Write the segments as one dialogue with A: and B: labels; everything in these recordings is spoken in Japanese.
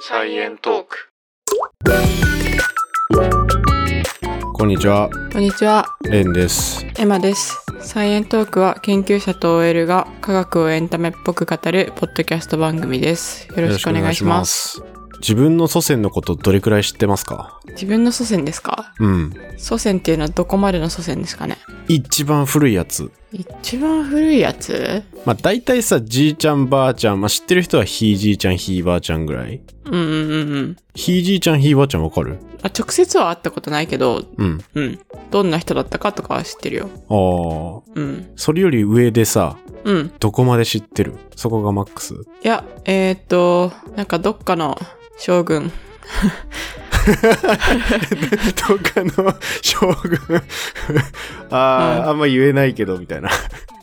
A: サイエントーク。
B: こんにちは、
A: こんにちは、
B: エンです。
A: エマです。サイエントークは研究者と OL が科学をエンタメっぽく語るポッドキャスト番組です。よろしくお願いします。
B: よろしくお願いします。自分の祖先のことどれくらい知ってますか
A: 自分の祖先ですか
B: うん。
A: 祖先っていうのはどこまでの祖先ですかね
B: 一番古いやつ。
A: 一番古いやつ
B: まあ大体さ、じいちゃんばあちゃん、まあ知ってる人はひいじいちゃんひいばあちゃんぐらい。
A: うんうんうんうん。
B: ひいじいちゃんひいばあちゃんわかる
A: あ、直接は会ったことないけど、
B: うん。
A: うん。どんな人だったかとかは知ってるよ。
B: あー。
A: うん。
B: それより上でさ、
A: うん。
B: どこまで知ってるそこがマック ス。
A: いや、えー、っと、なんかどっかの将軍。
B: どっかの将軍 あー、
A: うん
B: あんま言えないけど、みたいな。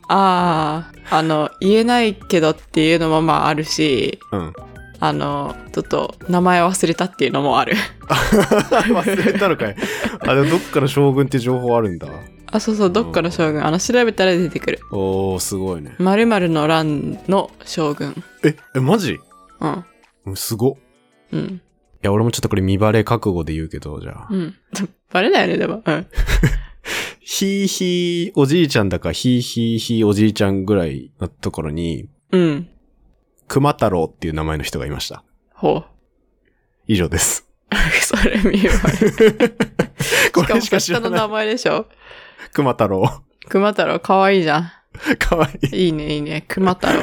A: ああ、あの、言えないけどっていうのもまああるし、
B: うん。
A: あの、ちょっと名前忘れたっていうのもあ る。
B: 忘れたのかい。あ、でもどっかの将軍って情報あるんだ。
A: あ、そうそう、どっかの将軍。あの、調べたら出てくる。
B: おー、すごいね。
A: 〇〇の乱の将軍。
B: え、え、マジ
A: うん。
B: うんすごっ。い
A: うん。
B: や、俺もちょっとこれ見バレ覚悟で言うけど、じゃあ
A: う。ん。 バレないよね、でも。うん。
B: ひいひいおじいちゃんだか、ひいひいひいおじいちゃんぐらいのところに、
A: うん。
B: 熊太郎っていう名前の人がいました。
A: ほう。
B: 以上です。
A: それ見えばいい。し
B: こ
A: か
B: れ
A: も、
B: しか知
A: 下
B: ら
A: の
B: な
A: 名
B: い。
A: 前でしょ。
B: 熊太郎。
A: 熊太郎、かわいいじゃん。
B: かわいい。
A: いいね、いいね。熊太郎。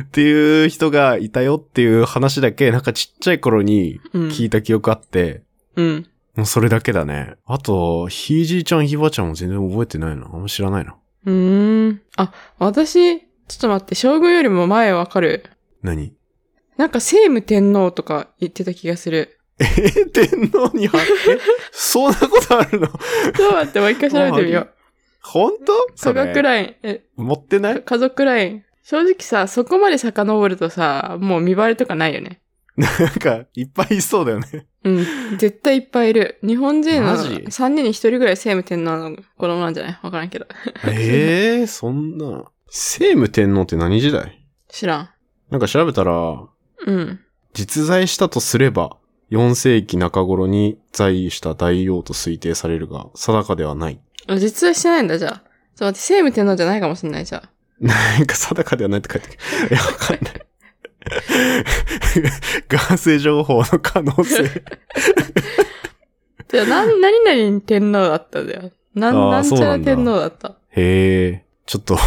B: っていう人がいたよっていう話だけ、なんかちっちゃい頃に
A: うん。
B: 聞いた記憶あって、
A: うん。
B: もうそれだけだね。あと、ひいじいちゃんひいばあちゃんも全然覚えてないな。あんま知らないな。
A: うーん。あ、私、ちょっと待って、将軍よりも前わかる。
B: 何
A: なんか、聖武天皇とか言ってた気がする。
B: え、天皇には、え、そんなことあるの
A: ちょっと待って、もう一回調べてみよう。
B: 本当
A: 科
B: それ
A: 学ライン、え、
B: 持ってない
A: 家族ライン。正直さ、そこまで遡るとさ、もう見バレとかないよね。
B: なんか、いっぱいいそうだよね。
A: うん。絶対いっぱいいる。日本人の
B: マジ
A: 3人に1人ぐらい聖武天皇の子供なんじゃないわからんけど。
B: ええそんな。聖武天皇って何時代
A: 知らん。
B: なんか調べたら、
A: うん。
B: 実在したとすれば、4世紀中頃に在位した大王と推定されるが、定かではない。
A: あ実在してないんだ、じゃあ。ちょっと待って、聖武天皇じゃないかもしんない、じゃあ。
B: なんか定かではないって書いてある。 いや、わかんない。 眼性情報の可能性。
A: じゃあ、なん、何々天皇だったんだよ。な
B: あー
A: ん、なんちゃ
B: そうな
A: ら
B: んだ
A: 天皇だった。
B: へえ、ちょっと、
A: うん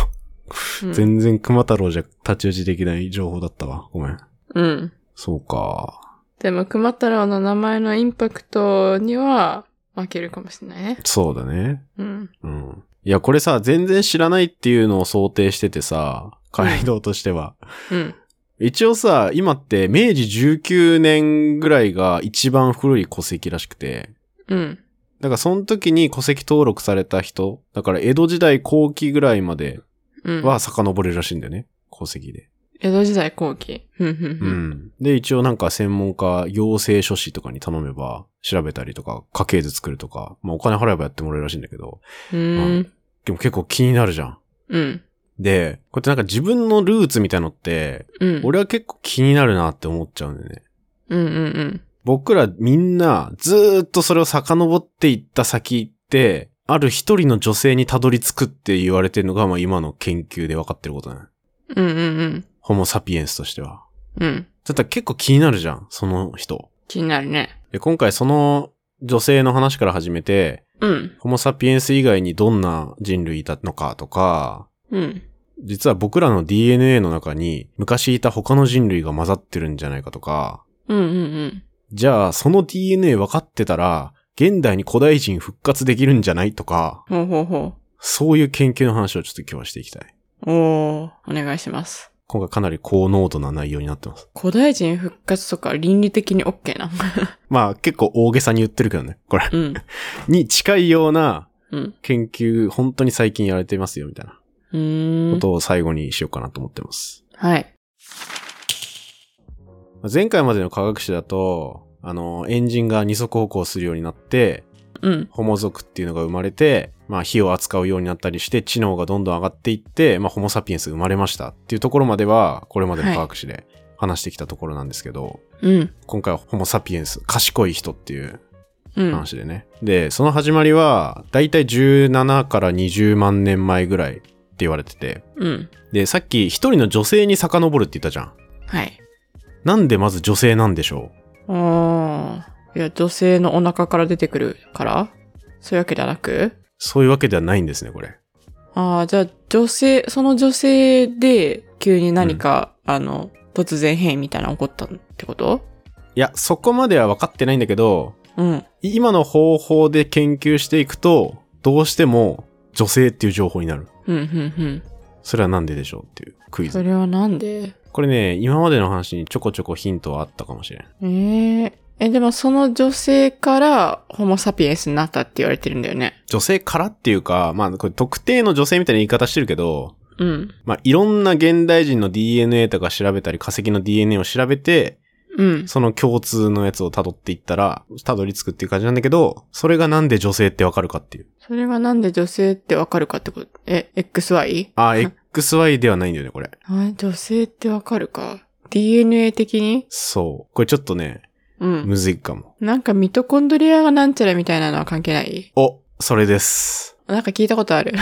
B: 全然熊太郎じゃ太刀打ちできない情報だったわ。ごめん。
A: うん。
B: そうか。
A: でも、熊太郎の名前のインパクトには、負けるかもしれないね。
B: そうだね。
A: うん。
B: うん。いや、これさ、全然知らないっていうのを想定しててさ、街道としては。
A: うん。
B: 一応さ、今って明治19年ぐらいが一番古い戸籍らしくて、
A: うん。
B: だからその時に戸籍登録された人、だから江戸時代後期ぐらいまで
A: うん。
B: は遡れるらしいんだよね。戸籍で。
A: 江戸時代後期。うん、うん、
B: う
A: うん。
B: ん。で、一応なんか専門家、行政書士とかに頼めば、調べたりとか、家系図作るとか、まあお金払えばやってもらえるらしいんだけど、
A: うーん。
B: でも結構気になるじゃん。
A: うん。
B: で、こうやってなんか自分のルーツみたいのって、
A: うん。
B: 俺は結構気になるなって思っちゃうんだよね。
A: うん、うん、うん。
B: 僕らみんな、ずーっとそれを遡っていった先って、ある一人の女性にたどり着くって言われてるのが、まあ今の研究で分かってることなの。
A: うん、うん、うん。
B: ホモサピエンスとしては。
A: うん。
B: だったら結構気になるじゃん、その人。
A: 気になるね。
B: で、今回その女性の話から始めて、
A: うん。
B: ホモサピエンス以外にどんな人類いたのかとか、
A: うん。
B: 実は僕らの DNA の中に昔いた他の人類が混ざってるんじゃないかとか、
A: うん、うん、
B: じゃあその DNA 分かってたら、現代に古代人復活できるんじゃないとか、
A: うん。ほうほうほ
B: そういう研究の話をちょっと今日はしていきたい。
A: う。おー、お願いします。
B: 今回かなり高濃度な内容になってます。
A: 古代人復活とか倫理的に OK な。
B: まあ結構大げさに言ってるけどね、これ。
A: うん。
B: に近いような
A: うん。
B: 研究、本当に最近やられてますよ、みたいな
A: う
B: こ
A: ーん。
B: とを最後にしようかなと思ってます。
A: はい。
B: 前回までの科学史だと、あの、エンジンが二足歩行するようになって、
A: うん。
B: ホモ族っていうのが生まれて、まあ火を扱うようになったりして、知能がどんどん上がっていって、まあホモサピエンス生まれましたっていうところまでは、これまでの科学史で話してきたところなんですけど、
A: うん。
B: 今回はホモ・サピエンス、賢い人っていう
A: うん。
B: 話でね。で、その始まりは、だいたい17から20万年前ぐらいって言われてて、
A: うん。
B: で、さっき一人の女性に遡るって言ったじゃん。
A: はい。
B: なんでまず女性なんでしょ
A: あー。いや、女性のお腹から出てくるからそういうわけではなく
B: うそういうわけではないんですね、これ。
A: ああ、じゃあ女性、その女性で急に何か、あの、突然変異みたいなの起こったってこと
B: いや、そこまでは分かってないんだけど、
A: うん。
B: 今の方法で研究していくと、どうしても女性っていう情報になる。
A: うん、うん、
B: それはなんででしょうっていうク
A: う
B: イ
A: ん。そ
B: ズ。
A: れはなんで
B: これね、今までの話にちょこちょこヒントはあったかもしれん。
A: えええ、でもその女性からホモサピエンスになったって言われてるんだよね。
B: 女性からっていうか、まあ、これ特定の女性みたいな言い方してるけど、
A: うん。
B: まあ、いろんな現代人の DNA とか調べたり、化石の DNA を調べて、
A: うん。
B: その共通のやつを辿っていったら、辿り着くっていう感じなんだけど、それがなんで女性ってわかるかっていう。
A: それがなんで女性ってわかるかってことえ、XY?
B: あ ー、XY ではないんだよね、これ。
A: あ女性ってわかるか。DNA 的に
B: そう。これちょっとね、
A: うん。
B: むずいかも。
A: なんかミトコンドリアがなんちゃらみたいなのは関係ない
B: お、それです。
A: なんか聞いたことある。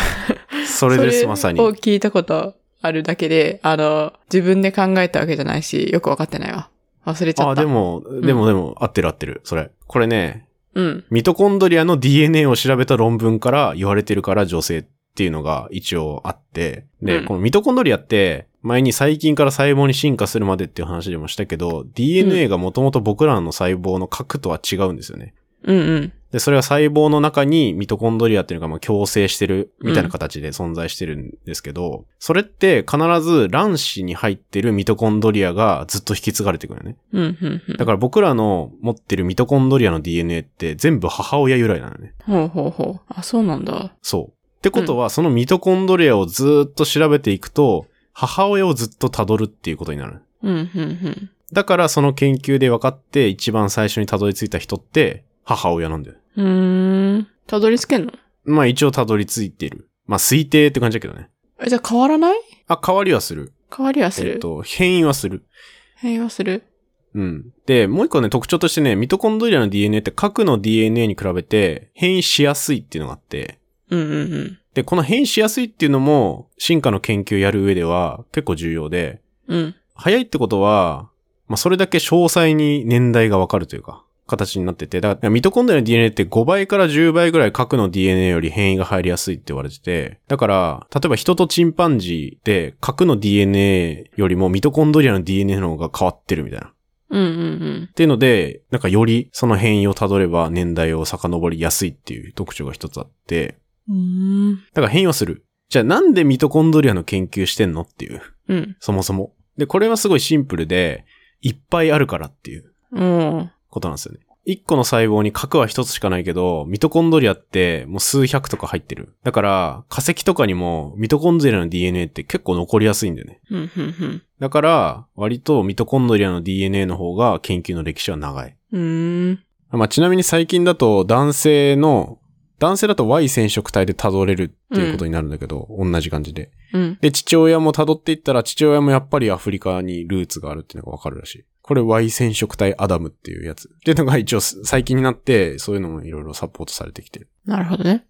B: それです、まさに。
A: を聞いたことあるだけで、あの、自分で考えたわけじゃないし、よくわかってないわ。忘れちゃった。
B: あー、で。も、でもでも、合ってる合ってる。それ。これね、
A: うん。
B: ミトコンドリアの DNA を調べた論文から言われてるから女性っていうのが一応あって、で、
A: うん
B: このミトコンドリアって、前に細菌から細胞に進化するまでっていう話でもしたけど、DNA がもともと僕らの細胞の核とは違うんですよね。
A: うんうん。
B: で、それは細胞の中にミトコンドリアっていうのがまあ共生してるみたいな形で存在してるんですけど、それって必ず卵子に入ってるミトコンドリアがずっと引き継がれていくるよね。
A: うん、うん、うん。
B: だから僕らの持ってるミトコンドリアの DNA って全部母親由来なのね。
A: ほうほうほう。あ、そうなんだ。
B: そう。ってことは、そのミトコンドリアをずーっと調べていくと、母親をずっと辿るっていうことになる。
A: うん、うん、うん。
B: だからその研究で分かって一番最初に辿り着いた人って母親なんだよ。
A: うーん。たどり着けんの
B: まあ一応辿り着いてる。まあ推定って感じだけどね。
A: え、じゃあ変わらない
B: あ、変わりはする。
A: 変わりはす
B: えっ、
A: る。
B: と、変異はする。
A: 変容する。
B: うん。で、もう一個ね、特徴としてね、ミトコンドリアの DNA って核の DNA に比べて変異しやすいっていうのがあって、
A: うん、うん、うん。
B: で、この変異しやすいっていうのも、進化の研究やる上では結構重要で、
A: うん。
B: 早いってことは、まあ、それだけ詳細に年代がわかるというか、形になってて、だからミトコンドリアの DNA って5倍から10倍ぐらい核の DNA より変異が入りやすいって言われてて、だから、例えば人とチンパンジーって核の DNA よりもミトコンドリアの DNA の方が変わってるみたいな。っ
A: うん、うん、
B: ていうので、なんかよりその変異をたどれば年代を遡りやすいっていう特徴が一つあって、
A: うん。うーん。
B: だから変異はする。じゃあなんでミトコンドリアの研究してんのっていう。
A: うん。
B: そもそも。で、これはすごいシンプルで、いっぱいあるからっていう
A: うん。
B: ことなんですよね。一個の細胞に核は一つしかないけど、ミトコンドリアってもう数百とか入ってる。だから、化石とかにもミトコンドリアの DNA って結構残りやすいんだよね。
A: うん、うん、
B: だから、割とミトコンドリアの DNA の方が研究の歴史は長い。
A: うん。うーん。
B: まあ、ちなみに最近だと男性の、男性だと Y 染色体で辿れるっていうことになるんだけど、同じ感じで。
A: うん。
B: で、父親も辿っていったら、父親もやっぱりアフリカにルーツがあるっていうのがわかるらしい。これ Y 染色体アダムっていうやつ。っていうのが一応最近になって、そういうのもいろいろサポートされてきてる。
A: なるほどね。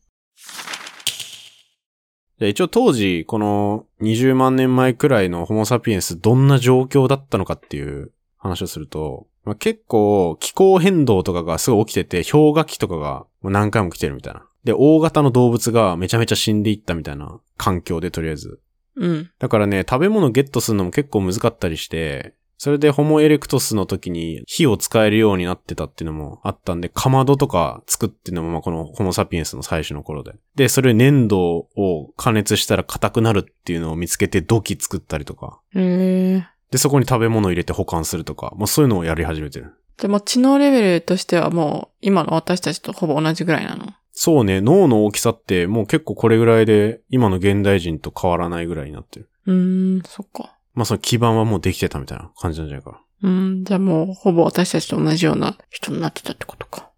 B: じゃあ一応当時、この20万年前くらいのホモサピエンスどんな状況だったのかっていう話をすると、まあ、結構気候変動とかがすごい起きてて、氷河期とかがもう何回も来てるみたいな。で、大型の動物がめちゃめちゃ死んでいったみたいな環境でとりあえず
A: うん。
B: だからね、食べ物ゲットするのも結構難かったりして、それでホモエレクトスの時に火を使えるようになってたっていうのもあったんで、かまどとか作っていうのもまあこのホモサピエンスの最初の頃で。で、それ粘土を加熱したら硬くなるっていうのを見つけて土器作ったりとか。
A: へえー。
B: で、そこに食べ物を入れて保管するとか、もうそういうのをやり始めてる。
A: じゃあもう知能レベルとしてはもう今の私たちとほぼ同じぐらいなの。
B: そうね、脳の大きさってもう結構これぐらいで今の現代人と変わらないぐらいになってる。
A: うーん、そっか。
B: まあその基盤はもうできてたみたいな感じなんじゃないかな。
A: うーん、じゃあもうほぼ私たちと同じような人になってたってことか。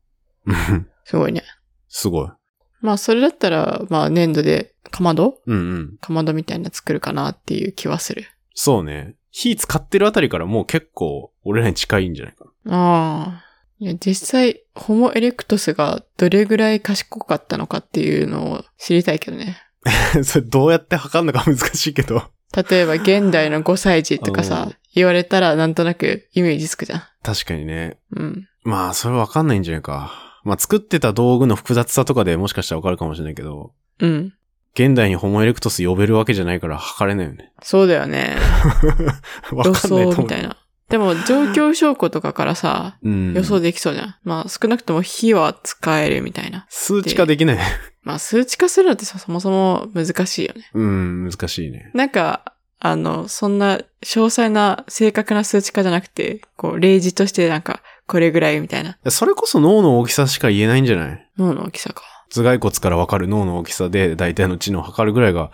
B: うん
A: すごいね。
B: すごい。
A: まあそれだったら、まあ粘土でかまど
B: うんうん。
A: かまどみたいなの作るかなっていう気はする。
B: そうね。火使ってるあたりからもう結構俺らに近いんじゃないかな。
A: ああ。いや、実際、ホモエレクトスがどれぐらい賢かったのかっていうのを知りたいけどね。
B: それどうやって測るのか難しいけど。
A: 例えば、現代の5歳児とか
B: う
A: さ、言われたらなんとなくイメージつくじゃん。
B: 確かにね。
A: うん。
B: まあ、それわかんないんじゃないか。まあ、作ってた道具の複雑さとかでもしかしたらわかるかもしれないけど、
A: うん。
B: 現代にホモエレクトス呼べるわけじゃないから測れないよ ね。
A: そうだよね。
B: わか
A: 予
B: んないと思
A: 想
B: う。
A: みたいな。でも、状況証拠とかからさ、
B: うん。
A: 予想できそうじゃん。まあ、少なくとも火は使えるみたいな。
B: 数値化できない。
A: まあ、数値化するのってさ、そもそも難しいよね。
B: うん、難しいね。
A: なんか、あの、そんな詳細な正確な数値化じゃなくて、こう、例示としてなんか、これぐらいみたいな。
B: それこそ脳の大きさしか言えないんじゃない
A: 脳の大きさか。
B: 頭蓋骨からわかる脳の大きさで大体の知能を測るぐらいが、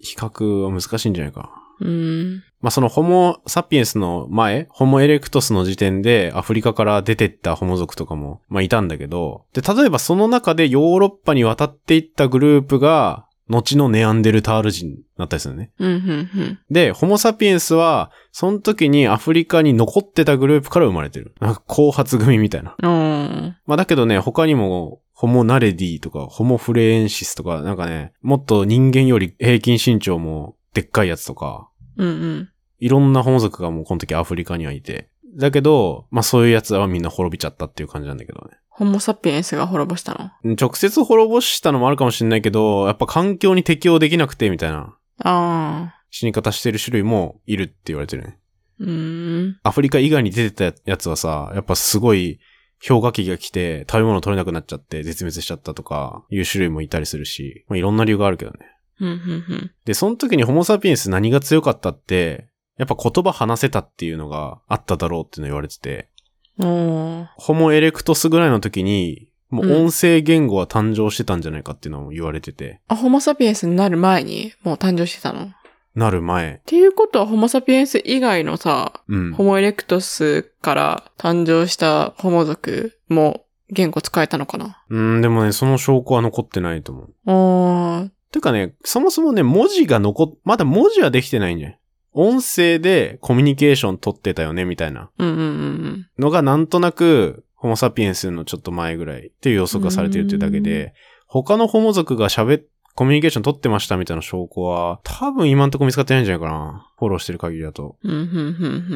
B: 比較は難しいんじゃないか。
A: うーん。
B: まあ、そのホモ・サピエンスの前、ホモ・エレクトスの時点でアフリカから出てったホモ族とかも、まあ、いたんだけど、で、例えばその中でヨーロッパに渡っていったグループが、後のネアンデルタール人だったりするのね。
A: うん、うん、
B: で、ホモ・サピエンスは、その時にアフリカに残ってたグループから生まれてる。なんか後発組みたいな。
A: うん。おー。
B: まあだけどね、他にも、ホモナレディとか、ホモフレエンシスとか、なんかね、もっと人間より平均身長もでっかいやつとか、
A: うん、うん。
B: いろんなホモ族がもうこの時アフリカにはいて。だけど、まあそういうやつはみんな滅びちゃったっていう感じなんだけど
A: ホモサピエンスが滅ぼしたの。
B: ね。直接滅ぼしたのもあるかもしれないけど、やっぱ環境に適応できなくてみたいな
A: ああ。
B: 死に方してる種類もいるって言われてるね。
A: うーん。
B: アフリカ以外に出てたやつはさ、やっぱすごい氷河期が来て食べ物取れなくなっちゃって絶滅しちゃったとかいう種類もいたりするし、まあ、いろんな理由があるけどね。
A: うん、うん、
B: で、その時にホモサピエンス何が強かったって、やっぱ言葉話せたっていうのがあっただろうっていうの言われてて、
A: うん。おー。
B: ホモエレクトスぐらいの時に、もう
A: うん
B: 音声言語は誕生してたんじゃないかっていうのも言われてて、
A: あ、ホモサピエンスになる前に、もう誕生してたの。っ
B: なる前。
A: ていうことは、ホモサピエンス以外のさ、
B: うん。
A: ホモエレクトスから誕生したホモ族も言語使えたのかな
B: うん、でもね、その証拠は残ってないと思う。
A: あー。
B: てかね、そもそもね、文字が残っ、まだ文字はできてないんじゃん。音声でコミュニケーション取ってたよね、みたいな
A: うん、うん、うん
B: のがなんとなく、ホモサピエンスのちょっと前ぐらいっていう予測がされてるっていうだけで、他のホモ族が喋っ、コミュニケーション取ってましたみたいな証拠は、多分今んとこ見つかってないんじゃないかな。フォローしてる限りだと。
A: うん。うん、うん、うん、う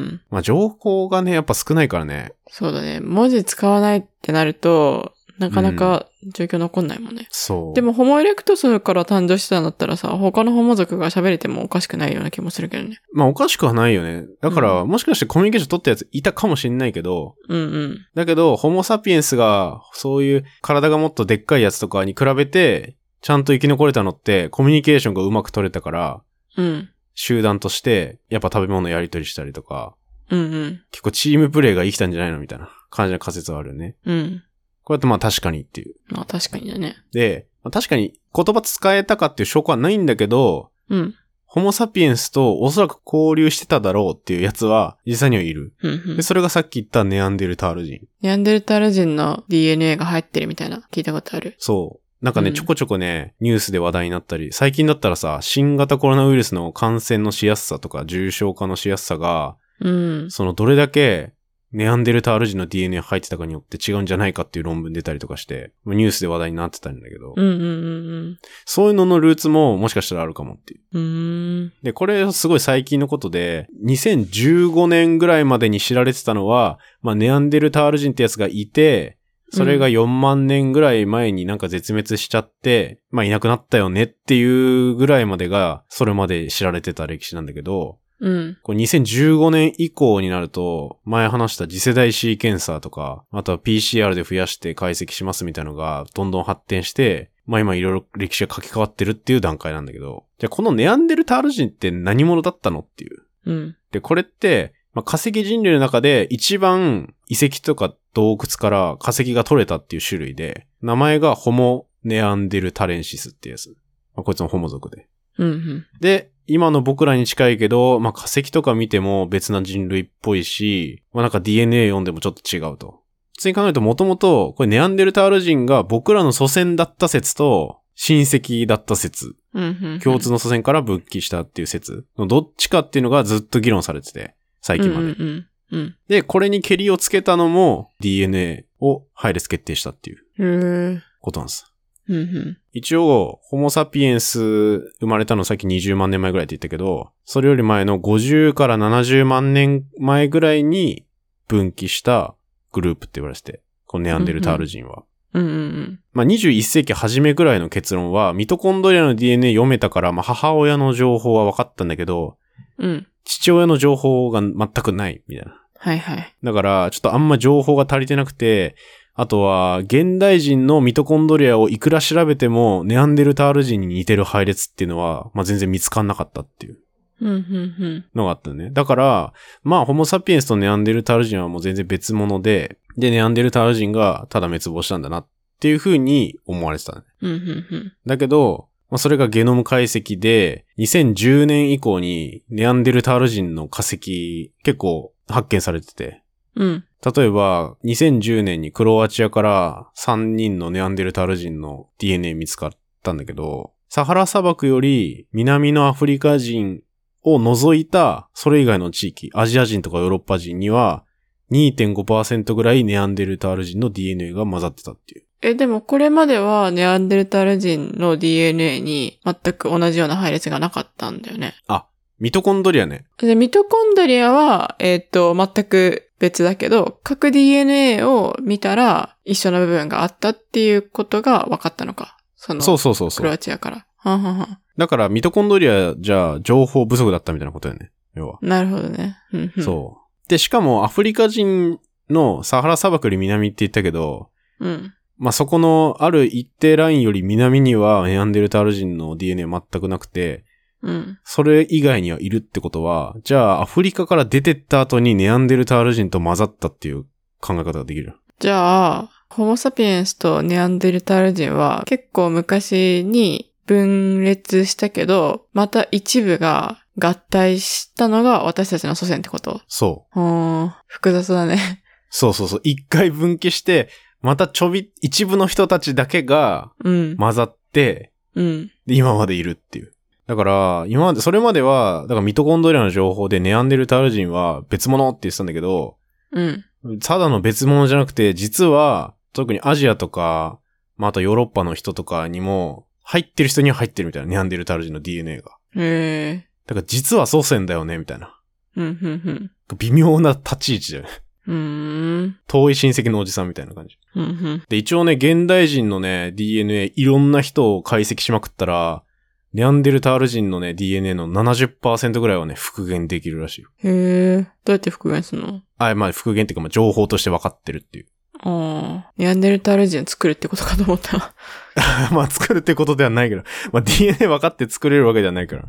A: ん。
B: まあ、情報がね、やっぱ少ないからね。
A: そうだね。文字使わないってなると、なかなか状況残んないもんね。
B: そう。
A: でも、ホモエレクトスから誕生してたんだったらさ、他のホモ族が喋れてもおかしくないような気もするけどね。
B: まあ、おかしくはないよね。だから、
A: う
B: もしかしてコミュニケーション取ったやついたかもしんないけど、
A: うんうん。
B: だけど、ホモサピエンスが、そういう体がもっとでっかいやつとかに比べて、ちゃんと生き残れたのって、コミュニケーションがうまく取れたから、
A: うん。
B: 集団として、やっぱ食べ物やり取りしたりとか、
A: うんうん。
B: 結構チームプレーが生きたんじゃないのみたいな感じの仮説はあるよね。
A: うん。
B: こうやってまあ確かにっていう。
A: まあ確かにだね。
B: で、まあ確かに言葉使えたかっていう証拠はないんだけど、
A: うん。
B: ホモサピエンスとおそらく交流してただろうっていうやつは、実際にはいる。
A: うんうん
B: で、。それがさっき言ったネアンデルタール人。
A: ネアンデルタール人の DNA が入ってるみたいな聞いたことある。
B: そう。なんかね、
A: うん
B: ちょこちょこね、ニュースで話題になったり、最近だったらさ、新型コロナウイルスの感染のしやすさとか重症化のしやすさが、
A: うん。
B: そのどれだけネアンデルタール人の DNA 入ってたかによって違うんじゃないかっていう論文出たりとかして、ニュースで話題になってたんだけど、
A: うんうんうん
B: そういうののルーツももしかしたらあるかもっていう。
A: うん。うーん。
B: で、これすごい最近のことで、2015年ぐらいまでに知られてたのは、まあネアンデルタール人ってやつがいて、それが4万年ぐらい前になんか絶滅しちゃって、まあいなくなったよねっていうぐらいまでが、それまで知られてた歴史なんだけど、
A: うん。
B: こう2015年以降になると、前話した次世代シーケンサーとか、あとは PCR で増やして解析しますみたいなのが、どんどん発展して、まあ今いろいろ歴史が書き換わってるっていう段階なんだけど、じゃあこのネアンデルタール人って何者だったのっていう。
A: うん。
B: で、これって、まあ、化石人類の中で一番遺跡とか洞窟から化石が取れたっていう種類で、名前がホモネアンデルタレンシスってやつ。まあ、こいつもホモ族で。
A: うんうん。
B: で、今の僕らに近いけど、まあ、化石とか見ても別な人類っぽいし、まあ、なんか DNA 読んでもちょっと違うと。普通に考えるともともと、これネアンデルタール人が僕らの祖先だった説と、親戚だった説、
A: うんうんうん。
B: 共通の祖先から分岐したっていう説のどっちかっていうのがずっと議論されてて、最近まで。
A: うんうんうん。
B: で、これにケリをつけたのも DNA を配列決定したっていう
A: うん。へえ。
B: ことなんです。
A: うんうん。
B: 一応、ホモサピエンス生まれたのさっき20万年前ぐらいって言ったけど、それより前の50から70万年前ぐらいに分岐したグループって言われてて、このネアンデルタール人は。
A: うんうん
B: まあ、21世紀初めぐらいの結論は、ミトコンドリアの DNA 読めたから、まあ、母親の情報は分かったんだけど、
A: うん。うん。
B: 父親の情報が全くない、みたいな。
A: はいはい。
B: だから、ちょっとあんま情報が足りてなくて、あとは、現代人のミトコンドリアをいくら調べても、ネアンデルタール人に似てる配列っていうのは、まあ、全然見つかんなかったっていう
A: うんうん
B: のがあったね。だから、まあ、ホモサピエンスとネアンデルタール人はもう全然別物で、で、ネアンデルタール人がただ滅亡したんだなっていう風に思われてたね。
A: うん。うんうんうん。
B: だけど、まあ、それがゲノム解析で、2010年以降にネアンデルタール人の化石結構発見されてて、
A: うん。
B: 例えば、2010年にクロアチアから3人のネアンデルタール人の DNA 見つかったんだけど、サハラ砂漠より南のアフリカ人を除いたそれ以外の地域、アジア人とかヨーロッパ人には2.5%ぐらいネアンデルタール人の DNA が混ざってたっていう。
A: え、でもこれまではネアンデルタール人の DNA に全く同じような配列がなかったんだよね。
B: ミトコンドリアね。
A: で、ミトコンドリアは、えっ、と、全く別だけど、各 DNA を見たら一緒の部分があったっていうことが分かったのか。その、
B: そうそうそうそ
A: クロ
B: う。
A: アチアから。はんはんはん。
B: だからミトコンドリアじゃ情報不足だったみたいなことよね。要は。
A: なるほどね。うんうん、
B: そう。で、しかもアフリカ人のサハラ砂漠より南って言ったけど、
A: う。うん。
B: まあ、そこのある一定ラインより南にはネアンデルタール人の DNA 全くなくて、
A: うん。
B: それ以外にはいるってことは、じゃあアフリカから出てった後にネアンデルタール人と混ざったっていう考え方ができる。
A: じゃあ、ホモサピエンスとネアンデルタール人は結構昔に分裂したけど、また一部が合体したのが私たちの祖先ってこと
B: そう。
A: うーん、複雑だね。
B: そうそうそう。一回分岐して、またちょび、一部の人たちだけが
A: うん。
B: 混ざって、
A: うん。
B: で今までいるっていう。だから、今まで、それまでは、だからミトコンドリアの情報でネアンデルタール人は別物って言ってたんだけど、
A: うん。
B: ただの別物じゃなくて、実は、特にアジアとか、まあ、あとヨーロッパの人とかにも、入ってる人には入ってるみたいな、ネアンデルタール人の DNA が。
A: へえ。
B: だから実は祖先だよね、みたいな。
A: うん、うん、
B: 微妙な立ち位置だよね。
A: うん。うーん。
B: 遠い親戚のおじさんみたいな感じ。
A: うん、うん。
B: で、一応ね、現代人のね、DNA、いろんな人を解析しまくったら、ネアンデルタール人のね、DNA の70%ぐらいはね、復元できるらしいよ。
A: へえ。どうやって復元するの
B: あ、まあ、復元っていうか、まあ、情報として分かってるっていう。
A: ああ。ネアンデルタール人作るってことかと思った。
B: まあ、作るってことではないけど、まあ、DNA 分かって作れるわけじゃないから。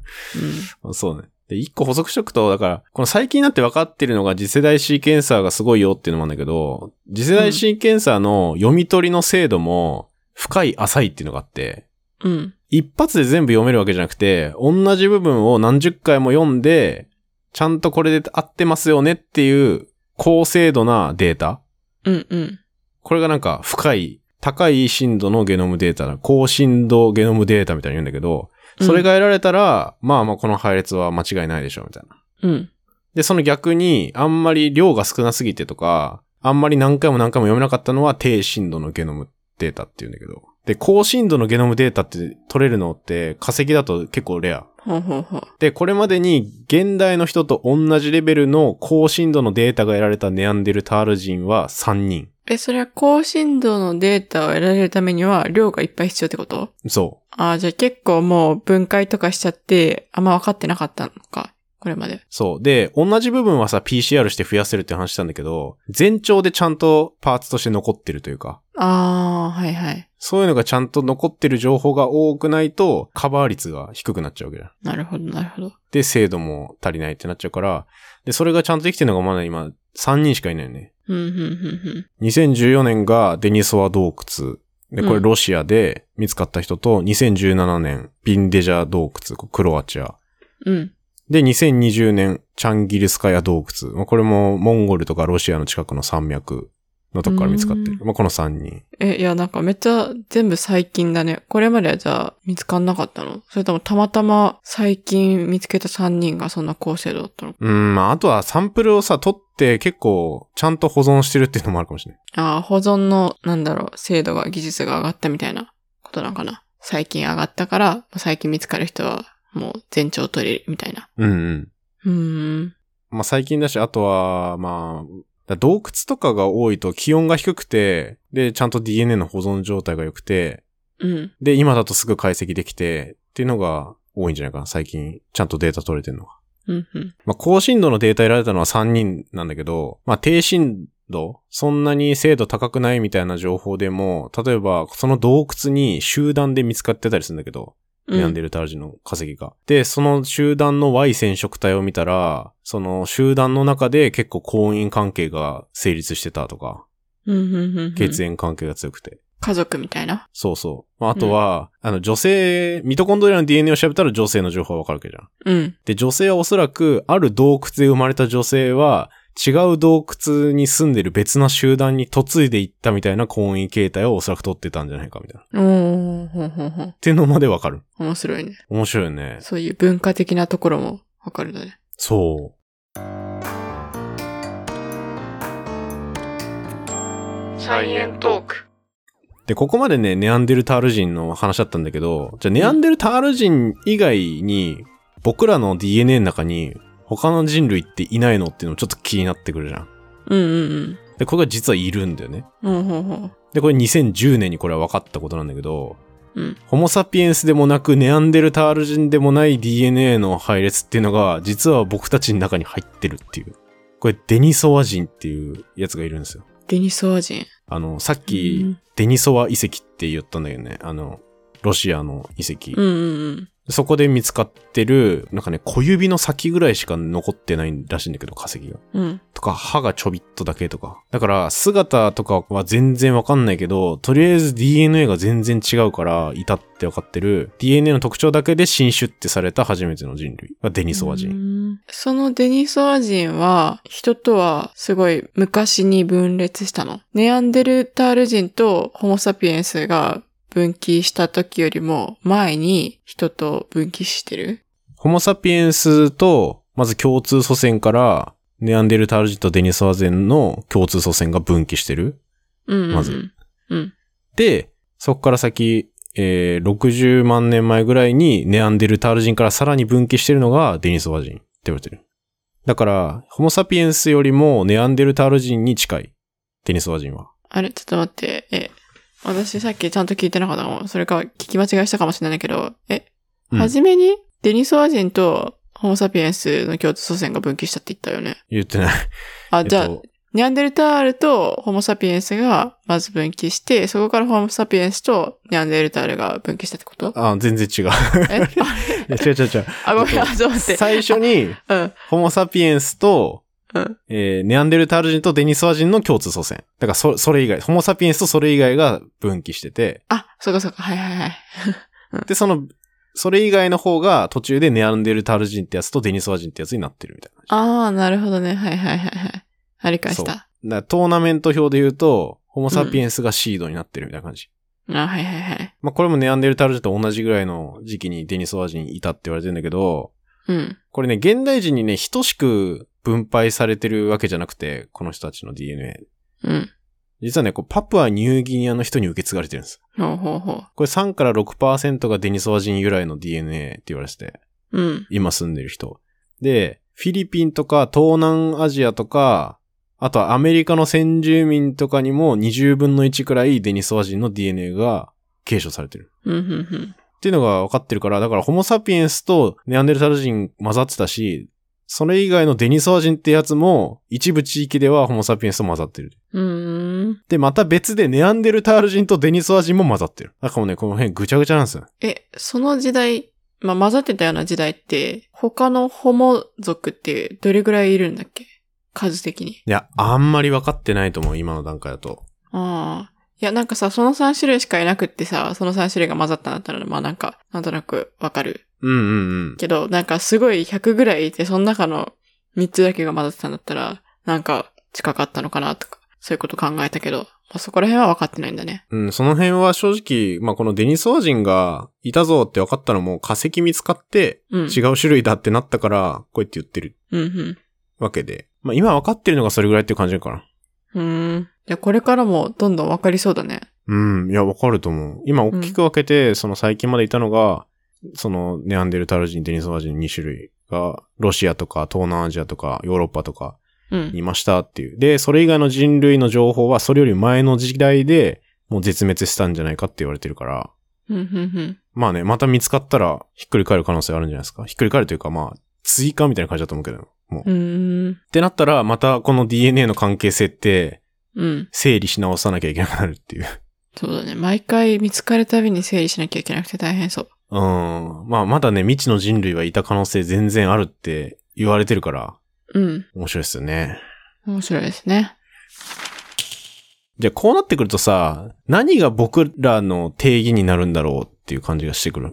B: まあそうね。で、一個補足しとくと、だから、この最近になって分かってるのが次世代シーケンサーがすごいよっていうのもあるんだけど、次世代シーケンサーの読み取りの精度も深い浅いっていうのがあって、
A: うん。うん。
B: 一発で全部読めるわけじゃなくて、同じ部分を何十回も読んで、ちゃんとこれで合ってますよねっていう高精度なデータ
A: うん、うん。
B: これがなんか深い、高い深度のゲノムデータだ。高深度ゲノムデータみたいに言うんだけど、それが得られたら、まあまあこの配列は間違いないでしょ、みたいな。
A: うん。
B: で、その逆に、あんまり量が少なすぎてとか、あんまり何回も何回も読めなかったのは低深度のゲノムデータっていうんだけど。で、高深度のゲノムデータって取れるのって化石だと結構レア。
A: ほうほうほう。
B: で、これまでに現代の人と同じレベルの高深度のデータが得られたネアンデルタール人は3人。
A: え、それは高深度のデータを得られるためには量がいっぱい必要ってこと
B: そう。
A: ああ、じゃあ結構もう分解とかしちゃって、あんま分かってなかったのか。これまで。
B: そう。で、同じ部分はさ、PCR して増やせるって話したんだけど、全長でちゃんとパーツとして残ってるというか、
A: ああ、はいはい。
B: そういうのがちゃんと残ってる情報が多くないと、カバー率が低くなっちゃうわけだ。
A: なるほど、なるほど。
B: で、精度も足りないってなっちゃうから、で、それがちゃんとできてるのがまだ今、3人しかいないよね。
A: うん、うん、うん、
B: 2014年がデニソワ洞窟。で、こ
A: う
B: れ
A: ん
B: ロシアで見つかった人と、2017年、ビンデジャ洞窟、これクロアチア。
A: うん。うん。
B: で、2020年、チャンギルスカヤ洞窟。まあこれもモンゴルとかロシアの近くの山脈のとこから見つかってる。
A: う
B: まあ、この3人。
A: え、いや、なんかめっちゃ全部最近だね。これまではじゃあ見つかんなかったのそれともたまたま最近見つけた3人がそんな高精度だったの
B: うん、まあ、あとはサンプルをさ、取って結構、ちゃんと保存してるっていうのもあるかもしれない。
A: ああ、保存の、なんだろう、精度が、技術が上がったみたいなことなのかな。最近上がったから、もう最近見つかる人は、もう全長取れるみたいな。
B: うんうん。
A: うーん。
B: まあ、最近だし、あとは、まあ、だ洞窟とかが多いと気温が低くて、で、ちゃんと DNA の保存状態が良くて、
A: うん。
B: で、今だとすぐ解析できて、っていうのが多いんじゃないかな、最近。ちゃんとデータ取れてるのが。
A: うん、うん。
B: まあ、高深度のデータ得られたのは3人なんだけど、まあ、低深度、そんなに精度高くないみたいな情報でも、例えば、その洞窟に集団で見つかってたりするんだけど、
A: うん
B: ネアンデルタール人の化石が。で、その集団の Y 染色体を見たら、その集団の中で結構婚姻関係が成立してたとか、
A: うん、うん、うん。
B: 血縁関係が強くて。
A: 家族みたいな。
B: そうそう。まあ、あとは、あの、女性、ミトコンドリアの DNA を調べたら女性の情報はわかるわけじゃん。
A: うん。
B: で、女性はおそらく、ある洞窟で生まれた女性は、違う洞窟に住んでる別な集団に嫁いでいったみたいな婚姻形態をおそらく取ってたんじゃないかみたいな。っ
A: おー、ほんほんほん。
B: ていうのまでわかる。
A: 面白いね。
B: 面白いよね。
A: そういう文化的なところもわかるんだね。
B: そう。
A: サイエントーク。
B: で、ここまでね、ネアンデルタール人の話だったんだけど、じゃあネアンデルタール人以外に、僕らの DNA の中に、他の人類っていないのっていうのもちょっと気になってくるじゃん。
A: うん、うん、
B: で、これが実はいるんだよね。
A: うん。うん、ほんほん。
B: で、これ2010年にこれは分かったことなんだけど、
A: うん
B: ホモサピエンスでもなくネアンデルタール人でもない DNA の配列っていうのが、実は僕たちの中に入ってるっていう。これデニソワ人っていうやつがいるんですよ。
A: デニソワ人。
B: あの、さっ
A: う
B: き、
A: ん、
B: デニソワ遺跡って言ったんだけどね。あの、ロシアの遺跡。
A: うん、うん。
B: そこで見つかってる、なんかね、小指の先ぐらいしか残ってないらしいんだけど、化石が。
A: うん。
B: とか、歯がちょびっとだけとか。だから、姿とかは全然わかんないけど、とりあえず DNA が全然違うから、いたってわかってる。DNA の特徴だけで新種ってされた初めての人類がデニソワ人。
A: 人。そのデニソワ人は、人とはすごい昔に分裂したの。ネアンデルタール人とホモサピエンスが分岐した時よりも前に人と分岐してる。
B: ホモサピエンスと、まず共通祖先から、ネアンデルタール人とデニソワ人の共通祖先が分岐してる。
A: うんうんうん、
B: まず
A: うん。
B: で、そこから先、えー60万年前ぐらいにネアンデルタール人からさらに分岐してるのがデニソワ人って言われてる。だから、ホモサピエンスよりもネアンデルタール人に近い。デニソワ人は。
A: あれ、ちょっと待って。え、私さっきちゃんと聞いてなかったかも。それか聞き間違いしたかもしれないんだけど、え、
B: うん
A: 初めにデニソワ人とホモサピエンスの共通祖先が分岐したって言ったよね。
B: 言ってない。
A: あ、じゃあ、
B: えっと
A: ネアンデルタールとホモサピエンスがまず分岐して、そこからホモサピエンスとネアンデルタールが分岐したってこと
B: あ、全然違う。
A: え あ
B: いや違う違う違う。
A: あ、ごめん、あ、ちょっと待って。
B: 最初に、
A: うん、
B: ホモサピエンスと、
A: うん。
B: えーネアンデルタール人とデニソワ人の共通祖先。だからそ、それ以外、ホモサピエンスとそれ以外が分岐してて、
A: あ、そうかそうか、はいはいはい。
B: で、その、それ以外の方が途中でネアンデルタール人ってやつとデニソワ人ってやつになってるみたいな。
A: あー、なるほどね。はいはいはいはい。あ、理解し
B: そ
A: た。
B: だからトーナメント表で言うと、ホモサピエンスがシードになってるみたいな感じ。
A: あ、はいはいはい。
B: まあ、これもネアンデルタール人と同じぐらいの時期にデニソワ人いたって言われてるんだけど、
A: うん。
B: これね、現代人にね、等しく分配されてるわけじゃなくて、この人たちの DNA。
A: うん。
B: 実はね、こうパプアニューギニアの人に受け継がれてるんです。
A: ほうほうほう。
B: これ3から6%がデニソワ人由来の DNA って言われてて。
A: うん。
B: 今住んでる人。で、フィリピンとか東南アジアとか、あとはアメリカの先住民とかにも20分の1くらいデニソワ人の DNA が継承されてる。
A: うん、うん、うん。
B: っていうのが分かってるから、だからホモサピエンスとネアンデルタール人混ざってたし、それ以外のデニソワ人ってやつも一部地域ではホモサピエンスと混ざってる。
A: うーん。
B: で、また別でネアンデルタール人とデニソワ人も混ざってる。だからもうね、この辺ぐちゃぐちゃなんですよ。
A: え、その時代、まあ、混ざってたような時代って、他のホモ族ってどれぐらいいるんだっけ数的に。
B: いや、あんまり分かってないと思う、今の段階だと。
A: ああ。いや、なんかさ、その3種類しかいなくってさ、その3種類が混ざったんだったら、まあなんか、なんとなくわかる。
B: うんうんうん。
A: けど、なんかすごい100ぐらいいて、その中の3つだけが混ざってたんだったら、なんか近かったのかなとか。そういうこと考えたけど、まあ、そこら辺は分かってないんだね。
B: うん、その辺は正直、まあ、このデニソワ人がいたぞって分かったのも化石見つかって
A: うん。
B: 違う種類だってなったから、こうやって言ってる
A: うんうん。
B: わけで。まあ、今分かってるのがそれぐらいっていう感じかな。
A: うーん。いや、これからもどんどん分かりそうだね。
B: うん、いや、分かると思う。今大きく分けて、その最近までいたのが、そのネアンデルタル人、デニソワ人2種類が、ロシアとか東南アジアとかヨーロッパとか
A: う
B: い
A: ん。
B: ましたっていう。で、それ以外の人類の情報はそれより前の時代でもう絶滅したんじゃないかって言われてるから。
A: うん、うん、
B: まあね、また見つかったらひっくり返る可能性あるんじゃないですか。ひっくり返るというかまあ、追加みたいな感じだと思うけど。もう。
A: うん。
B: っ
A: う
B: てなったら、またこの DNA の関係性って
A: ーん。うん。
B: 整理し直さなきゃいけなくなるっていう。
A: そうだね。毎回見つかるたびに整理しなきゃいけなくて大変そう。
B: うん。まあまだね、未知の人類はいた可能性全然あるって言われてるから、
A: うん。
B: 面白いですよね。
A: 面白いですね。
B: じゃあこうなってくるとさ、何が僕らの定義になるんだろうっていう感じがしてくる。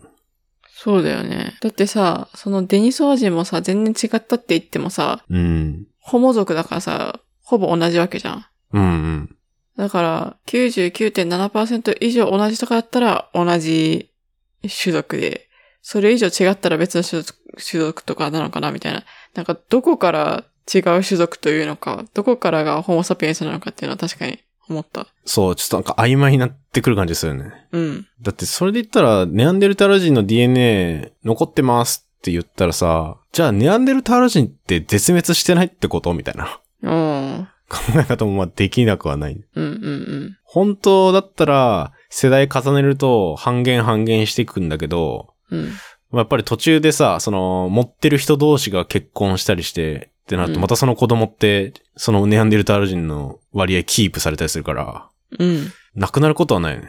A: そうだよね。だってさ、そのデニソワ人もさ、全然違ったって言ってもさ、
B: うん。
A: ホモ族だからさ、ほぼ同じわけじゃん。
B: うんうん。
A: だから、99.7%以上同じとかだったら同じ種族で、それ以上違ったら別の種族種族とかなのかなみたいな。なんか、どこから違う種族というのか、どこからがホモサピエンスなのかっていうのは確かに思った。
B: そう、ちょっとなんか曖昧になってくる感じでするよね。
A: うん。
B: だってそれで言ったら、ネアンデルタール人の DNA 残ってますって言ったらさ、じゃあネアンデルタール人って絶滅してないってことみたいな
A: おー
B: 考え方もまあできなくはない。
A: うんうん
B: 本当だったら、世代重ねると半減半減していくんだけど、
A: うん。うん。
B: まあやっぱり途中でさ、その、持ってる人同士が結婚したりして、ってなる
A: う
B: と、
A: ん
B: またその子供って、そのネアンデルタール人の割合キープされたりするから、
A: うん。
B: なくなることはないよね。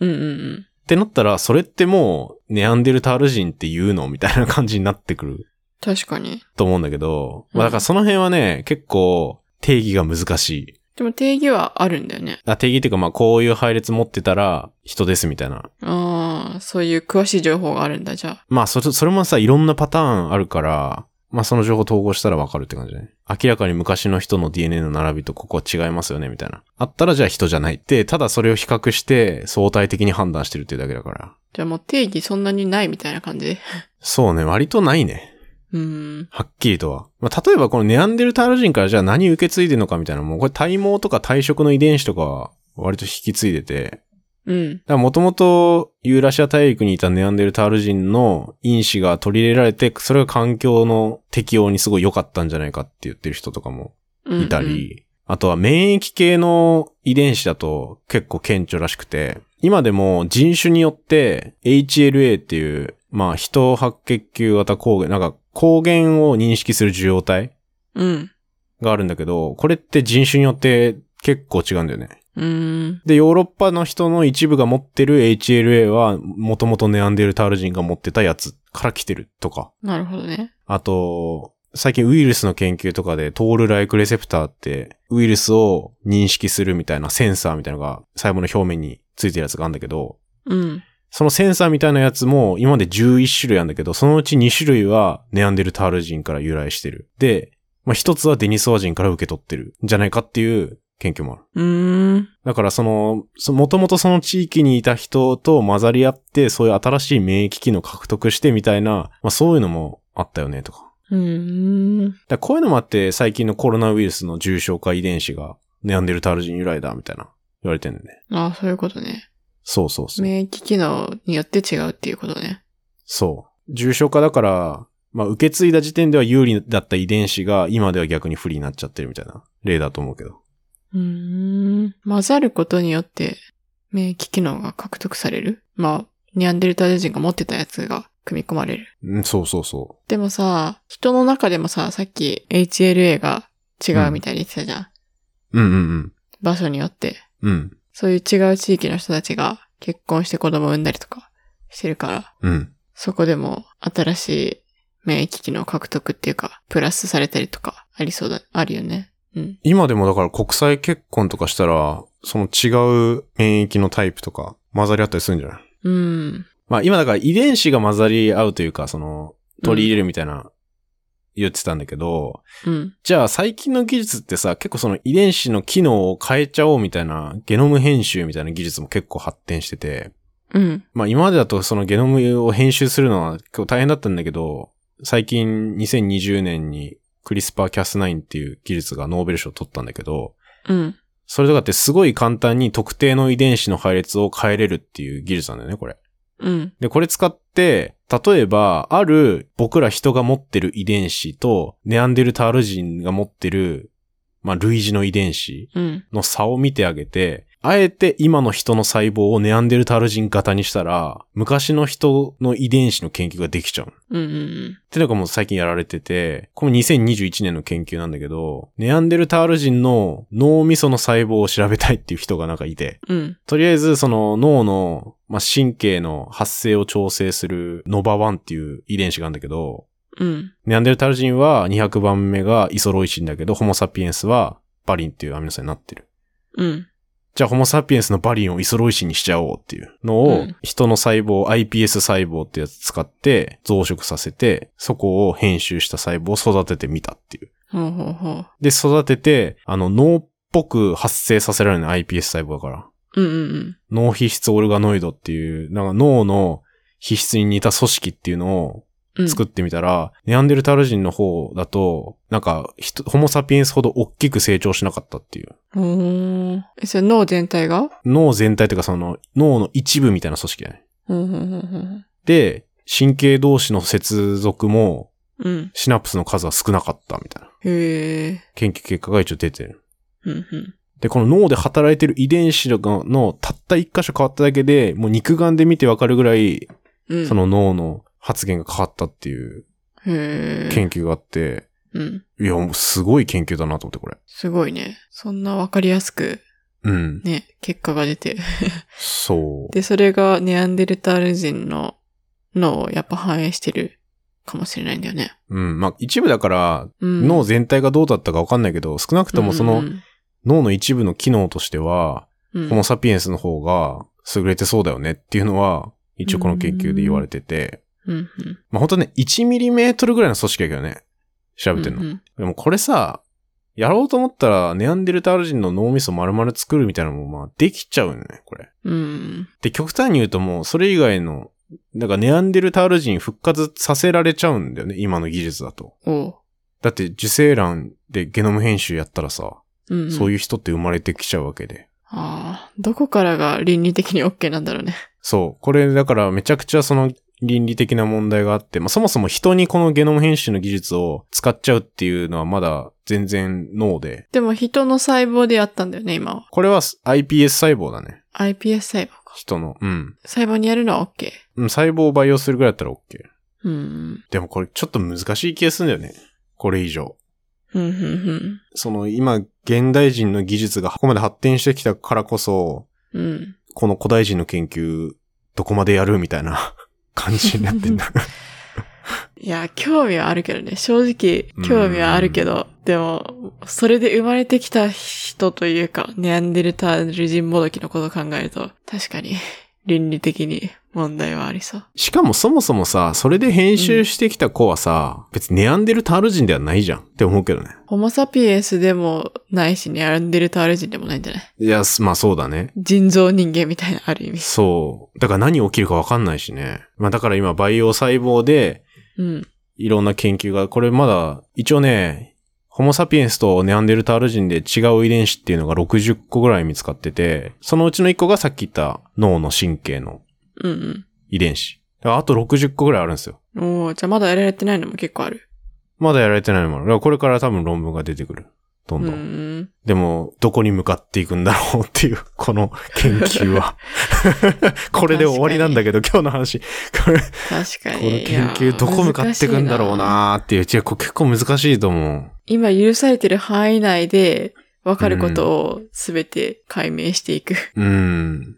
A: うんうんうん。
B: ってなったら、それってもう、ネアンデルタール人って言うのみたいな感じになってくる
A: 確かに。
B: と思うんだけど、
A: うん
B: まあだからその辺はね、結構、定義が難しい。
A: でも定義はあるんだよね。
B: あ定義っていうか、まあこういう配列持ってたら、人ですみたいな。
A: ああ、そういう詳しい情報があるんだ、じゃあ。
B: まあそれ、それもさ、いろんなパターンあるから、まあその情報統合したらわかるって感じね。明らかに昔の人の DNA の並びとここは違いますよね、みたいな。あったらじゃあ人じゃないって、ただそれを比較して相対的に判断してるっていうだけだから。
A: じゃあもう定義そんなにないみたいな感じ。
B: そうね、割とないね。
A: うーん。
B: はっきりとは。まあ、例えばこのネアンデルタール人からじゃあ何受け継いでるのかみたいな、もうこれ体毛とか体色の遺伝子とかは割と引き継いでて、
A: うん。
B: もともとユーラシア大陸にいたネアンデルタール人の因子が取り入れられて、それが環境の適応にすごい良かったんじゃないかって言ってる人とかも
A: うん
B: いたり、。あとは免疫系の遺伝子だと結構顕著らしくて、今でも人種によって HLA っていう、まあ、人白血球型抗原、なんか抗原を認識する受容体
A: うん。
B: があるんだけど、これって人種によって結構違うんだよね。
A: うん。うーん。
B: で、ヨーロッパの人の一部が持ってる HLA は、もともとネアンデルタール人が持ってたやつから来てるとか。
A: なるほどね。
B: あと、最近ウイルスの研究とかで、トールライクレセプターって、ウイルスを認識するみたいなセンサーみたいなのが、細胞の表面についてるやつがあるんだけど、
A: うん。
B: そのセンサーみたいなやつも、今まで11種類あるんだけど、そのうち2種類はネアンデルタール人から由来してる。で、まあ、一つはデニソワ人から受け取ってるんじゃないかっていう研究もある。
A: うーん。
B: だからその、もともとその地域にいた人と混ざり合って、そういう新しい免疫機能獲得してみたいな、まあそういうのもあったよねとか。だか
A: うーん。
B: らこういうのもあって、最近のコロナウイルスの重症化遺伝子がネアンデルタール人由来だみたいな言われてんだよね。
A: ああ、そういうことね。
B: そうそうそう。
A: 免疫機能によって違うっていうことね。
B: そう。重症化だから、まあ受け継いだ時点では有利だった遺伝子が今では逆に不利になっちゃってるみたいな例だと思うけど。
A: うーん。混ざることによって免疫機能が獲得されるまあ、ニャンデルタール人が持ってたやつが組み込まれる。
B: うん、そうそうそ
A: でもさ、人の中でもさ、さっき HLA が違うみたいに言ってたじゃん。
B: う。うんうん
A: 場所によって。
B: うん。うん。
A: そういう違う地域の人たちが結婚して子供を産んだりとかしてるから、
B: うん。
A: そこでも新しい免疫機能獲得っていうか、プラスされたりとかありそうだ、あるよね。うん。
B: 今でもだから国際結婚とかしたら、その違う免疫のタイプとか混ざり合ったりするんじゃない
A: うん。
B: まあ今だから遺伝子が混ざり合うというか、その取り入れるみたいな言ってたんだけど、
A: うん。
B: じゃあ最近の技術ってさ、結構その遺伝子の機能を変えちゃおうみたいな、ゲノム編集みたいな技術も結構発展してて、
A: うん。
B: まあ今までだとそのゲノムを編集するのは結構大変だったんだけど、最近2020年にクリスパーキャス9っていう技術がノーベル賞を取ったんだけど、
A: うん。
B: それとかってすごい簡単に特定の遺伝子の配列を変えれるっていう技術なんだよね、これ。
A: うん。
B: で、これ使って、例えば、ある僕ら人が持ってる遺伝子と、ネアンデルタール人が持ってる、まあ、類似の遺伝子
A: うん。
B: の差を見てあげて、あえて今の人の細胞をネアンデルタール人型にしたら、昔の人の遺伝子の研究ができちゃう。
A: うん。うん。
B: ってのがもう最近やられてて、これ2021年の研究なんだけど、ネアンデルタール人の脳みその細胞を調べたいっていう人がなんかいて、
A: うん。
B: とりあえず、その脳の、まあ、神経の発生を調整するノバ1っていう遺伝子があるんだけど、
A: うん。
B: ネアンデルタール人は200番目がイソロイシンだけど、ホモサピエンスはバリンっていうアミノ酸になってる。
A: うん。
B: じゃあ、ホモサピエンスのバリンをイソロイシンにしちゃおうっていう
A: う
B: のを
A: ん、
B: 人の細胞、iPS 細胞ってやつ使って増殖させて、そこを編集した細胞を育ててみたっていう。
A: ほうほうほ
B: で、育てて、あの、脳っぽく発生させられるの iPS 細胞だから。
A: う。うんうん
B: 脳皮質オルガノイドっていう、なんか脳の皮質に似た組織っていうのを
A: うん。
B: 作ってみたら、ネアンデルタール人の方だと、なんかひと、ホモサピエンスほど大きく成長しなかったっていう。
A: おー。え、それ脳全体が
B: 脳全体というかその脳の一部みたいな組織だね。
A: ほうほうほうほう。
B: で、神経同士の接続も
A: うん。
B: シナプスの数は少なかったみたいな。
A: へえ。
B: 研究結果が一応出てる。
A: うんうん。
B: で、この脳で働いてる遺伝子ののたった一箇所変わっただけで、もう肉眼で見てわかるぐらい、
A: うん。
B: その脳の発現が変わったっていう
A: へえ。
B: 研究があって、
A: うん。
B: いや、もうすごい研究だなと思って、これ。
A: すごいね。そんなわかりやすく、
B: うん。
A: ね、結果が出て。
B: そう。
A: で、それがネアンデルタール人の脳をやっぱ反映してるかもしれないんだよね。
B: うん。まあ、一部だから、
A: うん。
B: 脳全体がどうだったかわかんないけど、少なくともその
A: うん
B: 脳の一部の機能としては、
A: うんうん、
B: ホモサピエンスの方が優れてそうだよねっていうのは、一応この研究で言われてて、
A: うんうん。
B: まあ、本当ね、1ミリメートルぐらいの組織だけどね、調べてるの。
A: うんうん
B: でもこれさ、やろうと思ったら、ネアンデルタール人の脳みそ丸々作るみたいなのも、まあ、できちゃうよね、これ。
A: うん。
B: で、極端に言うともう、それ以外の、だからネアンデルタール人復活させられちゃうんだよね、今の技術だと。
A: おう。
B: だって受精卵でゲノム編集やったらさ、
A: うん、
B: そう
A: いう。
B: いう人って生まれてきちゃうわけで。
A: ああ、どこからが倫理的に OK なんだろうね。
B: そう。これだからめちゃくちゃその倫理的な問題があって、まあそもそも人にこのゲノム編集の技術を使っちゃうっていうのはまだ全然脳で。
A: でも人の細胞でやったんだよね、今は。
B: これは iPS 細胞だね。
A: iPS 細胞か。
B: 人の。うん。
A: 細胞にやるのは OK。
B: うん細胞を培養するぐらいだったら OK。
A: うん。
B: でもこれちょっと難しい気がするんだよね。これ以上。
A: うん、うん、
B: その今、現代人の技術がここまで発展してきたからこそ、
A: うん。うん。
B: この古代人の研究、どこまでやるみたいな 感じになってんだ。
A: いや、興味はあるけどね。正直、興味はあるけど、でも、それで生まれてきた人というか、ネアンデルタール人もどきのことを考えると、確かに、倫理的に問題はありそう。
B: しかもそもそもさ、それで編集してきた子はさ、別にネアンデルタール人ではないじゃんって思うけどね。
A: ホモサピエンスでもないし、ネアンデルタール人でもないんじゃない
B: いや、すまあそうだね。
A: 人造人間みたいな、ある意味。
B: そう。だから何起きるかわかんないしね。まあだから今、培養細胞で、
A: うん。
B: いろんな研究が、これまだ、一応ね、ホモサピエンスとネアンデルタール人で違う遺伝子っていうのが60個ぐらい見つかってて、そのうちの1個がさっき言った脳の神経の
A: うん
B: 遺伝子。だからあと60個ぐらいあるんですよ。
A: うん。おーじゃあまだやられてないのも結構ある。
B: まだやられてないもの。だからこれから多分論文が出てくる。ど
A: うん
B: どん。
A: ん。
B: でも、どこに向かっていくんだろうっていう、 この研究は。これで終わりなんだけど、今日の話。これ、こ
A: 確か
B: の
A: に。い
B: 研
A: や
B: 究どこ向かっていくんだろう。
A: 難しい
B: なーっていう。違う、これ結構難しいと思う。
A: 今許されてる範囲内で分かることを全て解明していく。
B: うん。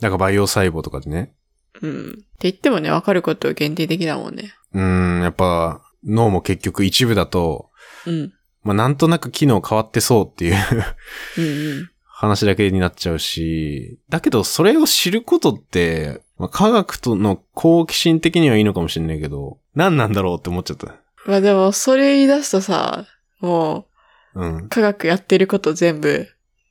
B: なんか培養細胞とかでね。
A: うん。って言ってもね、分かることは限定的だもんね。
B: うん、やっぱ脳も結局一部だと、
A: うん。
B: まあなんとなく機能変わってそうっていう
A: うんうん。
B: 話だけになっちゃうし、だけどそれを知ることって、まあ科学との好奇心的にはいいのかもしれないけど、何なんだろうって思っちゃった。
A: まあでも、それ言い出すとさ、も
B: うん
A: う、。科学やってること全部、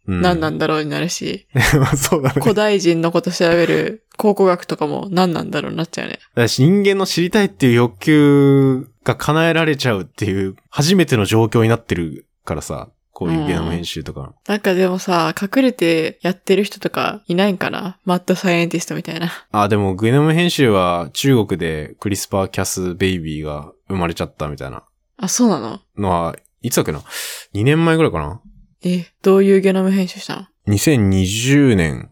B: うん、
A: 何なんだろうになるし、
B: まあ そうだね。
A: 古代人のこと調べる考古学とかも何なんだろうになっちゃうね。
B: だし人間の知りたいっていう欲求が叶えられちゃうっていう、初めての状況になってるからさ、こういうゲノム編集とか。
A: なんかでもさ、隠れてやってる人とかいないんかなマッドサイエンティストみたいな。
B: あ、でもゲノム編集は中国でクリスパーキャスベイビーが生まれちゃったみたいな
A: あ、そうなの
B: のは、いつだっけな ?2 年前ぐらいかな
A: え、どういうゲノム編集したの
B: ?2020 年
A: うん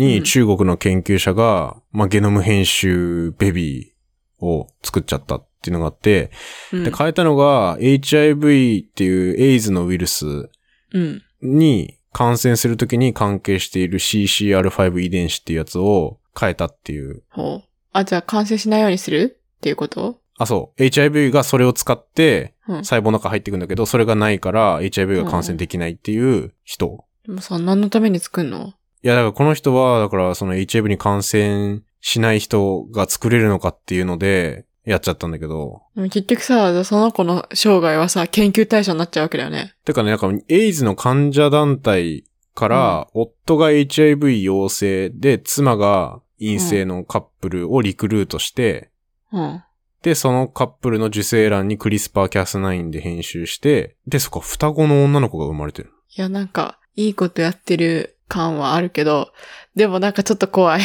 B: に中国の研究者が、まあ、ゲノム編集ベビーを作っちゃったっていうのがあって、
A: うん
B: で、変えたのが HIV っていうエイズのウイルス
A: うん。
B: に感染するときに関係している CCR5 遺伝子っていうやつを変えたっていう。
A: ほう。あ、じゃあ完成しないようにするっていうこと
B: あ、そう。HIV がそれを使って
A: うん
B: 細胞の中入っていくんだけど、それがないから HIV が感染できないっていう人。
A: でもさ、何のために作んの
B: いや、だからこの人は、だからその HIV に感染しない人が作れるのかっていうので、やっちゃったんだけど。
A: でも結局さ、その子の生涯はさ、研究対象になっちゃうわけだよね。
B: てかね、なんか、エイズの患者団体から、夫が HIV 陽性で、妻が陰性のカップルをリクルートして、
A: うん。
B: で、そのカップルの受精卵にクリスパーキャス9で編集して、で、そっか、双子の女の子が生まれてる。
A: いや、なんか、いいことやってる感はあるけど、でもなんかちょっと怖い。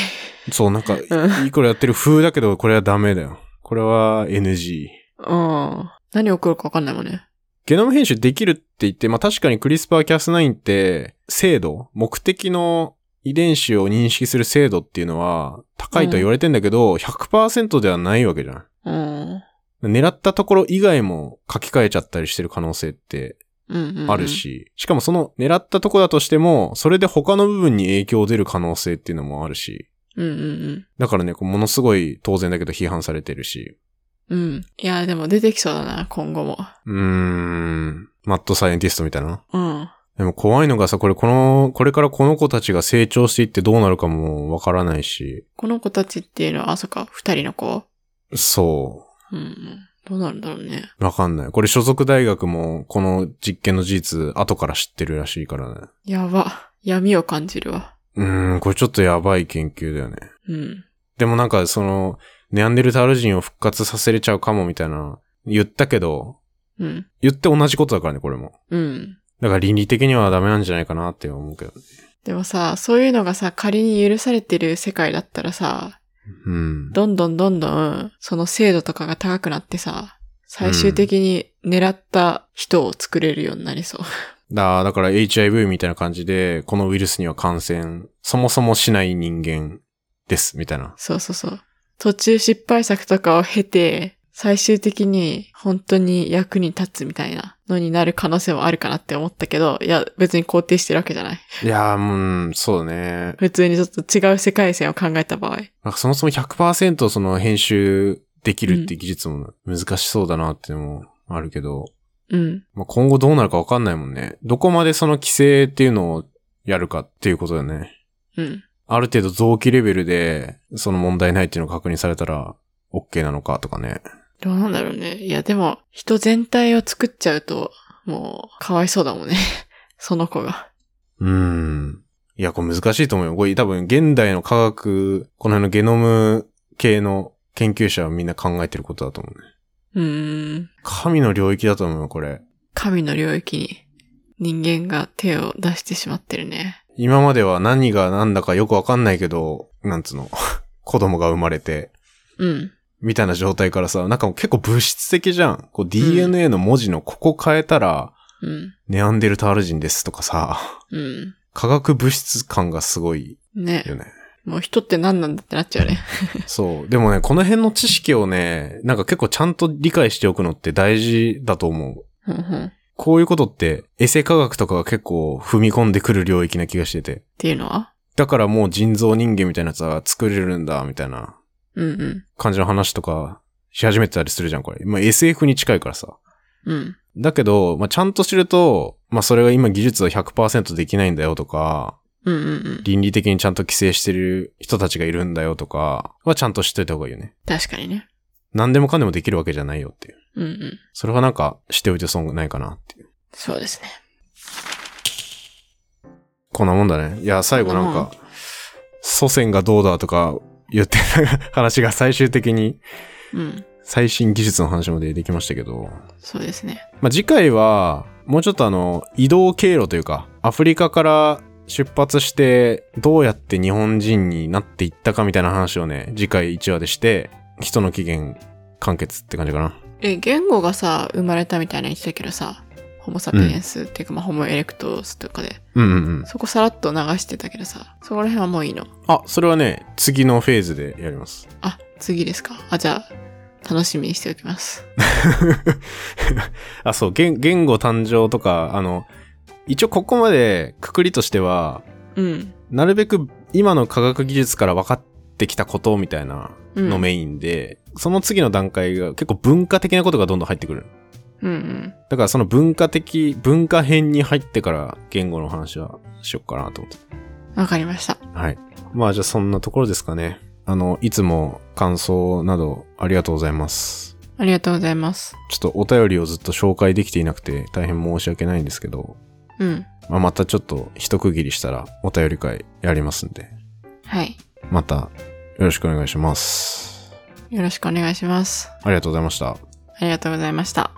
B: そう、なんか、
A: うん
B: いい頃やってる風だけど、これはダメだよ。これは NG。
A: うん。何起こるかわかんないもんね。
B: ゲノム編集できるって言って、まあ、確かにクリスパーキャス9って、精度、目的の遺伝子を認識する精度っていうのは、高いとは言われてんだけど、100%ではないわけじゃん。
A: うん。
B: 狙ったところ以外も書き換えちゃったりしてる可能性って
A: うん、うん。
B: ある。し、しかもその狙ったとこだとしても、それで他の部分に影響出る可能性っていうのもあるし、
A: うんうん
B: だからね、こうものすごい当然だけど批判されてるし、
A: うん。うん。いや、でも出てきそうだな、今後も。
B: うーん、マッドサイエンティストみたいな。
A: うん。
B: でも怖いのがさ、これこの、これからこの子たちが成長していってどうなるかもわからないし、
A: この子たちっていうのは、あ、そっか、二人の子
B: そ
A: うんうん。どうなるんだろうね。
B: う、わかんない。これ所属大学もこの実験の事実後から知ってるらしいからね。
A: やば。闇を感じるわ。
B: うーん、これちょっとやばい研究だよね。
A: うん。
B: でもなんかその、ネアンデルタール人を復活させれちゃうかもみたいな、言ったけど、
A: うん。
B: 言って同じことだからね、これも。
A: うん。
B: だから倫理的にはダメなんじゃないかなって思うけどね。
A: でもさ、そういうのがさ、仮に許されてる世界だったらさ、
B: うん。
A: どんどんどんどん、その精度とかが高くなってさ、最終的に狙った人を作れるようになりそう。
B: だだから HIV みたいな感じで、このウイルスには感染、そもそもしない人間です、みたいな。
A: そうそうそう。途中失敗作とかを経て、最終的に本当に役に立つみたいなのになる可能性もあるかなって思ったけど、いや、別に肯定してるわけじゃない。
B: いやー、うん、そうだね。
A: 普通にちょっと違う世界線を考えた場合。
B: なんかそもそも100%その編集できるって技術も難しそうだなっていうのもあるけど、
A: うん。
B: まあ、今後どうなるかわかんないもんね。どこまでその規制っていうのをやるかっていうことだよね。
A: うん。
B: ある程度臓器レベルで、その問題ないっていうのが確認されたら、OK なのかとかね。
A: どうなんだろうね。いや、でも、人全体を作っちゃうと、もう、かわいそうだもんね。 その子が。
B: うーん。いや、これ難しいと思うよ。これ多分現代の科学、この辺のゲノム系の研究者はみんな考えてることだと思うね。
A: うーん。
B: 神の領域だと思うよ、これ。
A: 神の領域に人間が手を出してしまってるね。
B: 今までは何が何だかよくわかんないけど、なんつうの、 子供が生まれて、
A: うん。
B: みたいな状態からさ、なんかもう結構物質的じゃん。こう DNA の文字のここ変えたら、
A: うん。
B: ネアンデルタール人ですとかさ、
A: う
B: 化学物質感がすごい
A: ん。ね。
B: よね。
A: もう人って何なんだってなっちゃうね。
B: そう。でもね、この辺の知識をね、なんか結構ちゃんと理解しておくのって大事だと思う。
A: ふんふんっ
B: こういうことって、エセ科学とかが結構踏み込んでくる領域な気がしてて。
A: ていうのは
B: だからもう人造人間みたいなやつは作れるんだ、みたいな
A: うんうん。
B: 感じの話とかし始めてたりするじゃん、これ。まあ SF に近いからさ。
A: うん。
B: だけど、まあちゃんと知ると、まあそれが今技術は100%できないんだよとか、
A: うんうんうん。
B: 倫理的にちゃんと規制してる人たちがいるんだよとかはちゃんと知っといた方がいいよね。
A: 確かにね。
B: 何でもかんでもできるわけじゃないよっていう。
A: うんうん。
B: それはなんかしておいて損ないかなっていう。
A: そうですね。
B: こんなもんだね。いや、最後なん
A: こんな
B: か、祖先がどうだとか言ってる話が最終的に
A: うん。
B: 最新技術の話までできましたけど、
A: そうですね。
B: まあ、次回は、もうちょっとあの、移動経路というか、アフリカから出発して、どうやって日本人になっていったかみたいな話をね、次回1話でして、人の起源完結って感じかな。
A: え、言語がさ、生まれたみたいなの言ってたけどさ、ホモサピエンスっていうか、まあ、ホモエレクトスとかで、
B: うんうんうん。
A: そこさらっと流してたけどさ、そこら辺はもういいの。
B: あ、それはね、次のフェーズでやります。
A: あ、次ですか。あ、じゃあ、楽しみにしておきます。
B: あ、そう、言言語誕生とか、あの、一応ここまでくくりとしては、
A: うん。
B: なるべく今の科学技術から分かってきたことみたいな
A: うん、
B: のメインで、その次の段階が結構文化的なことがどんどん入ってくる。
A: うんうん。
B: だからその文化的、文化編に入ってから言語の話はしよっかなと思って。
A: わかりました。
B: はい。まあじゃあそんなところですかね。あの、いつも感想などありがとうございます。
A: ありがとうございます。
B: ちょっとお便りをずっと紹介できていなくて大変申し訳ないんですけど、
A: うん。
B: まあ、またちょっと一区切りしたらお便り会やりますんで、
A: はい。
B: またよろしくお願いします。
A: よろしくお願いします。
B: ありがとうございました。
A: ありがとうございました。